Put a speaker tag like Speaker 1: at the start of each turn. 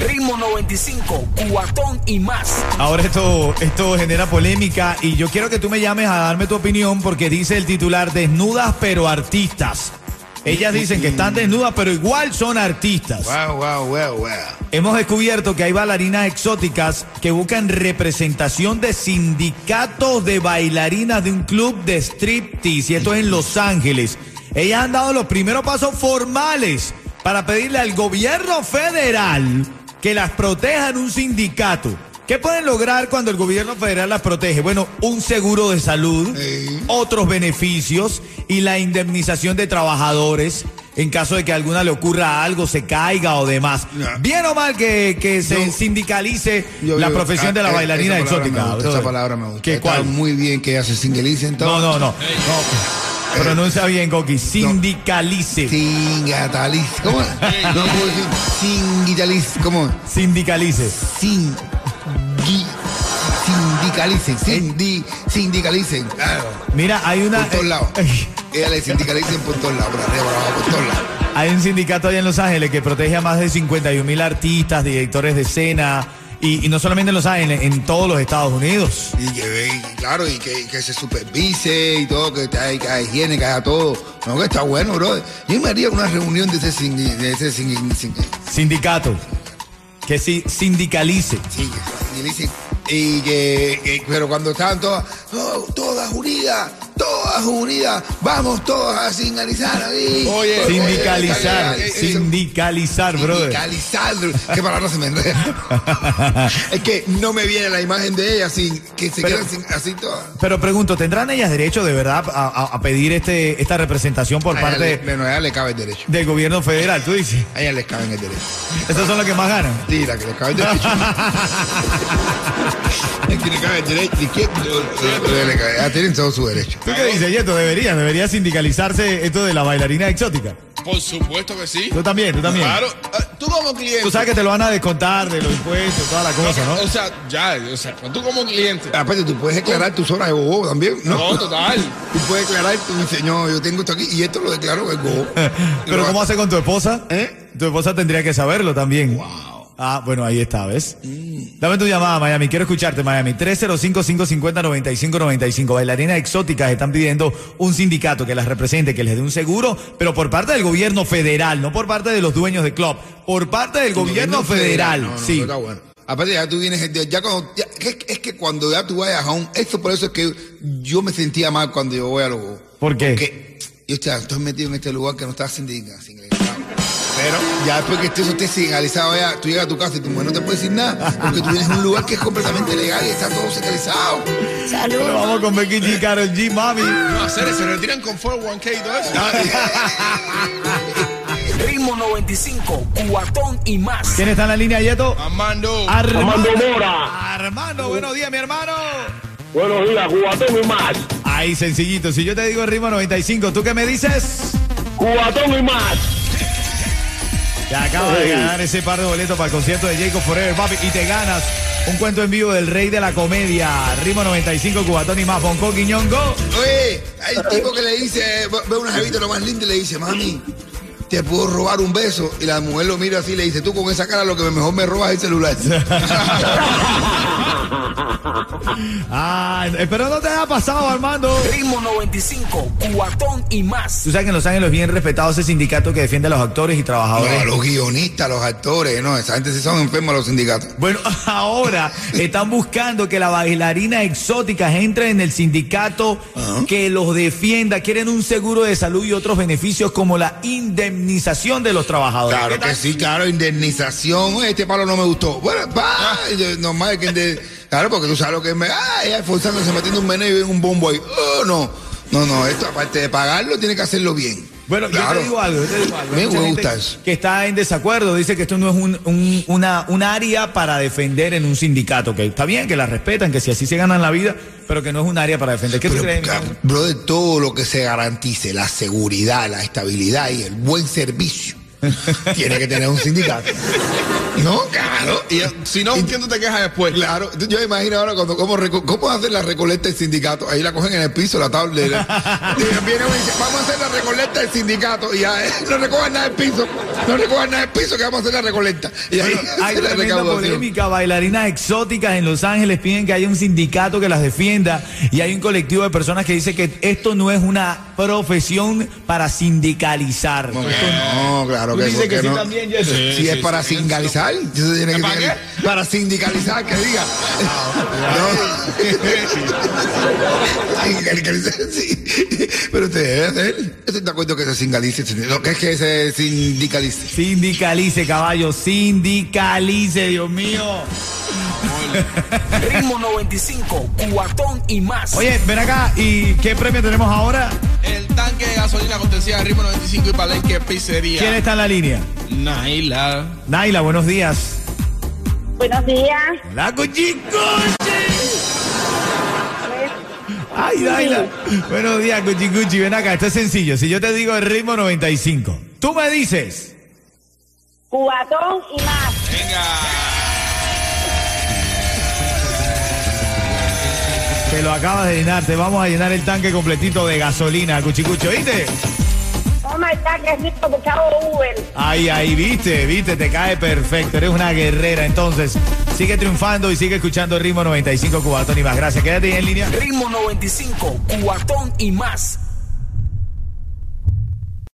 Speaker 1: Ritmo 95, cuatón y más.
Speaker 2: Ahora esto, esto genera polémica y yo quiero que tú me llames a darme tu opinión porque dice el titular desnudas pero artistas. Ellas dicen que están desnudas pero igual son artistas.
Speaker 3: Wow, wow, wow, wow.
Speaker 2: Hemos descubierto que hay bailarinas exóticas que buscan representación de sindicatos de bailarinas de un club de striptease y esto es en Los Ángeles. Ellas han dado los primeros pasos formales para pedirle al gobierno federal que las proteja en un sindicato. ¿Qué pueden lograr cuando el gobierno federal las protege? Bueno, un seguro de salud, otros beneficios y la indemnización de trabajadores en caso de que a alguna le ocurra algo, se caiga o demás.
Speaker 3: Ya.
Speaker 2: Bien o mal que, que se
Speaker 3: Yo-
Speaker 2: sindicalice
Speaker 3: Yo-
Speaker 2: la
Speaker 3: yo-
Speaker 2: profesión
Speaker 3: ah,
Speaker 2: de la
Speaker 3: eh,
Speaker 2: bailarina
Speaker 3: esa palabra
Speaker 2: exótica.
Speaker 3: me gusta,
Speaker 2: brother.
Speaker 3: esa palabra me gusta.
Speaker 2: ¿Qué
Speaker 3: Está
Speaker 2: cuál?
Speaker 3: muy bien que ellas se sindicalicen
Speaker 2: No,
Speaker 3: todo.
Speaker 2: no, no. no. Pronuncia bien, Coqui. Sindicalice.
Speaker 3: Singitaliz. ¿Cómo? No puedo decir singitaliz. ¿Cómo?
Speaker 2: Sindicalice.
Speaker 3: Sin. gui-
Speaker 2: Eh.
Speaker 3: Sindicalicen. Sindi, sindicalicen. Claro.
Speaker 2: Mira, hay una.
Speaker 3: Por todos
Speaker 2: eh,
Speaker 3: lados. Ellas le sindicalicen por todos lados. Por arriba, por abajo, por todos lados.
Speaker 2: Hay un sindicato allá en Los Ángeles que protege a más de 51 mil artistas, directores de escena, y, y no solamente en Los Ángeles, en todos los Estados Unidos.
Speaker 3: Y que ve- y claro, y que, que se supervise y todo, que hay, que haya higiene, que haya todo. No, que está bueno, bro. Yo me haría una reunión de ese sin, de ese sin, sin-
Speaker 2: Sindicato. Que si sindicalice.
Speaker 3: sí, que- y le dicen- y que, que- pero cuando estaban todas, no, todas unidas, todas unidas, vamos todas a sindicalizar ahí.
Speaker 2: Oye, sindicalizar.
Speaker 3: oye, oye, oye, oye,
Speaker 2: sindicalizar, brother.
Speaker 3: Sindicalizar, qué palabra se me enreda. es que no me viene la imagen de ella sin que se
Speaker 2: Pero-
Speaker 3: quedan sin- así todas.
Speaker 2: Pero pregunto, ¿tendrán ellas derecho de verdad a, a- a pedir este, esta representación por
Speaker 3: A ella
Speaker 2: parte
Speaker 3: le- bueno, a ella le cabe el derecho.
Speaker 2: del gobierno federal? Tú dices.
Speaker 3: A ella les cabe en el derecho.
Speaker 2: Esos son los que más ganan.
Speaker 3: Tira, que le cabe el derecho. Es que le cabe el derecho. ¿Y quién? Le cabe- Ya tienen todo su derecho.
Speaker 2: ¿Tú qué dices, Yeto? Debería, debería sindicalizarse esto de la bailarina exótica.
Speaker 4: Por supuesto que sí.
Speaker 2: Tú también, tú también.
Speaker 4: Claro, Ah, tú como cliente.
Speaker 2: Tú sabes que te lo van a descontar de los impuestos, toda la cosa, ¿no? Ah,
Speaker 4: O sea, ya, o sea, pues tú como cliente.
Speaker 3: Aparte, tú puedes declarar tus horas de gogo también, ¿no?
Speaker 4: No, total.
Speaker 3: Tú puedes declarar, tú dices, no, yo tengo esto aquí y esto lo declaro el gogo.
Speaker 2: Pero ¿cómo hace con tu esposa?
Speaker 3: ¿Eh?
Speaker 2: Tu esposa tendría que saberlo también. Ah, bueno, ahí está, ¿ves? Dame tu llamada, Miami. Quiero escucharte, Miami. 305-550-9595. Bailarinas exóticas están pidiendo un sindicato que las represente, que les dé un seguro, pero por parte del gobierno federal, no por parte de los dueños de club. Por parte del gobierno, federal,
Speaker 3: No, no,
Speaker 2: sí.
Speaker 3: no está bueno. Aparte, ya tú vienes, de- ya cuando, ya- es, es que cuando ya tú vayas a un, eso por eso es que yo me sentía mal cuando yo voy a los gogos.
Speaker 2: ¿Por qué?
Speaker 3: Porque yo estaba, estoy metido en este lugar que no está sindicado. Pero ya después que eso esté sindicalizado, ya tú llegas a tu casa y tu mujer no te puede decir nada, porque tú vienes a un lugar que es completamente legal y está todo sindicalizado.
Speaker 2: Pero vamos con Becky G, Karol G, mami.
Speaker 4: No, hacer se retiran con 401k y todo eso.
Speaker 2: Ah,
Speaker 1: Ritmo 95, cuatón y más.
Speaker 2: ¿Quién está en la línea, Yeto?
Speaker 4: Armando.
Speaker 2: Ah. Armando.
Speaker 5: Mora.
Speaker 2: Armando, buenos días, mi hermano.
Speaker 5: Buenos días, cubatón y más.
Speaker 2: Ay, sencillito. Si yo te digo el ritmo 95, ¿tú qué me dices?
Speaker 5: Cubatón y más.
Speaker 2: Te acabas de ganar ese par de boletos para el concierto de Jacob Forever, papi. Y te ganas un cuento en vivo del rey de la comedia. Ritmo 95, Cubatón y más. Bonco Guiñongo.
Speaker 3: Oye, hay un tipo que le dice, ve una jevita lo más linda y le dice, mami, te puedo robar un beso. Y la mujer lo mira así y le dice, tú con esa cara lo que mejor me robas es el celular.
Speaker 2: Ah, espero no te haya pasado, Armando.
Speaker 1: Ritmo 95, cuatón y más.
Speaker 2: Tú sabes que en Los Ángeles es bien respetado ese sindicato que defiende a los actores y trabajadores.
Speaker 3: No, los guionistas, los actores, no, esa gente sí son enfermos los sindicatos.
Speaker 2: Bueno, ahora están buscando que las bailarinas exóticas entren en el sindicato que los defienda. Quieren un seguro de salud y otros beneficios como la indemnización de los trabajadores.
Speaker 3: Claro
Speaker 2: ¿Qué tal?
Speaker 3: que sí, claro, indemnización. Oye, Este palo no me gustó. Bueno,
Speaker 2: Ah.
Speaker 3: pa, y yo, normal que. de- claro, porque tú sabes lo que me. Ah, ella esforzándose, metiendo un meneo y ven un bombo ahí. Oh, no. No, no, esto aparte de pagarlo, tiene que hacerlo bien.
Speaker 2: Bueno, yo
Speaker 3: Claro.
Speaker 2: te digo algo, yo te digo algo.
Speaker 3: Me
Speaker 2: Hay mucha
Speaker 3: gusta
Speaker 2: gente
Speaker 3: eso.
Speaker 2: Que está en desacuerdo, dice que esto no es un, un- una, un área para defender en un sindicato, que está bien, que la respetan, que si así se ganan la vida, pero que no es un área para defender. ¿Qué tú
Speaker 3: Pero,
Speaker 2: crees? mi
Speaker 3: claro,
Speaker 2: hermano?
Speaker 3: brother, todo lo que se garantice, la seguridad, la estabilidad y el buen servicio, tiene que tener un sindicato. ¿No? Claro.
Speaker 4: Y eh, si no, ¿quién tú te quejas después?
Speaker 3: Claro, Tú- yo imagino ahora cuando cómo, reco- cómo hacen la recolecta del sindicato. Ahí la cogen en el piso, la tabla. y la- y viene uno y dice, vamos a hacer la recolecta del sindicato. Y ya, eh, no recojan nada del piso, no recojan nada del piso que vamos a hacer la recolecta. Y ahí
Speaker 2: Bueno, hay
Speaker 3: se la
Speaker 2: tremenda
Speaker 3: recaudación.
Speaker 2: polémica. Bailarinas exóticas en Los Ángeles piden que haya un sindicato que las defienda y hay un colectivo de personas que dice que esto no es una profesión para sindicalizar.
Speaker 3: No, claro
Speaker 2: Tú
Speaker 3: que,
Speaker 2: dices
Speaker 3: ¿por
Speaker 2: que
Speaker 3: qué
Speaker 2: sí
Speaker 3: no?
Speaker 2: también, Jesse.
Speaker 3: Si
Speaker 4: Sí,
Speaker 3: es
Speaker 4: sí,
Speaker 3: para
Speaker 4: sí, sí.
Speaker 3: sindicalizar, eso tiene que
Speaker 4: ¿Para
Speaker 3: tener- para sindicalizar que diga. No. Sindicalizar, sí. Pero usted debe hacer. Yo estoy de acuerdo que se sindicalice. Lo que es que se sindicalice.
Speaker 2: Sindicalice, caballo, sindicalice, Dios mío.
Speaker 1: Ritmo 95, cuatón y más.
Speaker 2: Oye, ven acá, ¿y qué premio tenemos ahora?
Speaker 4: El tanque de gasolina cortesía de Ritmo 95 y Palenque Pizzería.
Speaker 2: ¿Quién está en la línea?
Speaker 4: Naila.
Speaker 2: Naila, buenos días.
Speaker 6: Buenos días.
Speaker 2: Hola, Cuchicuchi.
Speaker 6: Pues,
Speaker 2: Ay, Naila. Buenos días, Cuchicuchi. Ven acá, esto es sencillo. Si yo te digo el ritmo 95, tú me dices.
Speaker 6: Cubatón y más.
Speaker 4: Venga.
Speaker 2: Te lo acabas de llenar, te vamos a llenar el tanque completito de gasolina, Cuchicucho, ¿viste?
Speaker 6: Oh my God, qué rico, me cago en Uber.
Speaker 2: Ay, ahí, viste, viste, te cae perfecto. Eres una guerrera. Entonces, sigue triunfando y sigue escuchando Ritmo 95 Cubatón y más. Gracias. Quédate ahí en línea.
Speaker 1: Ritmo 95, cuatón y más.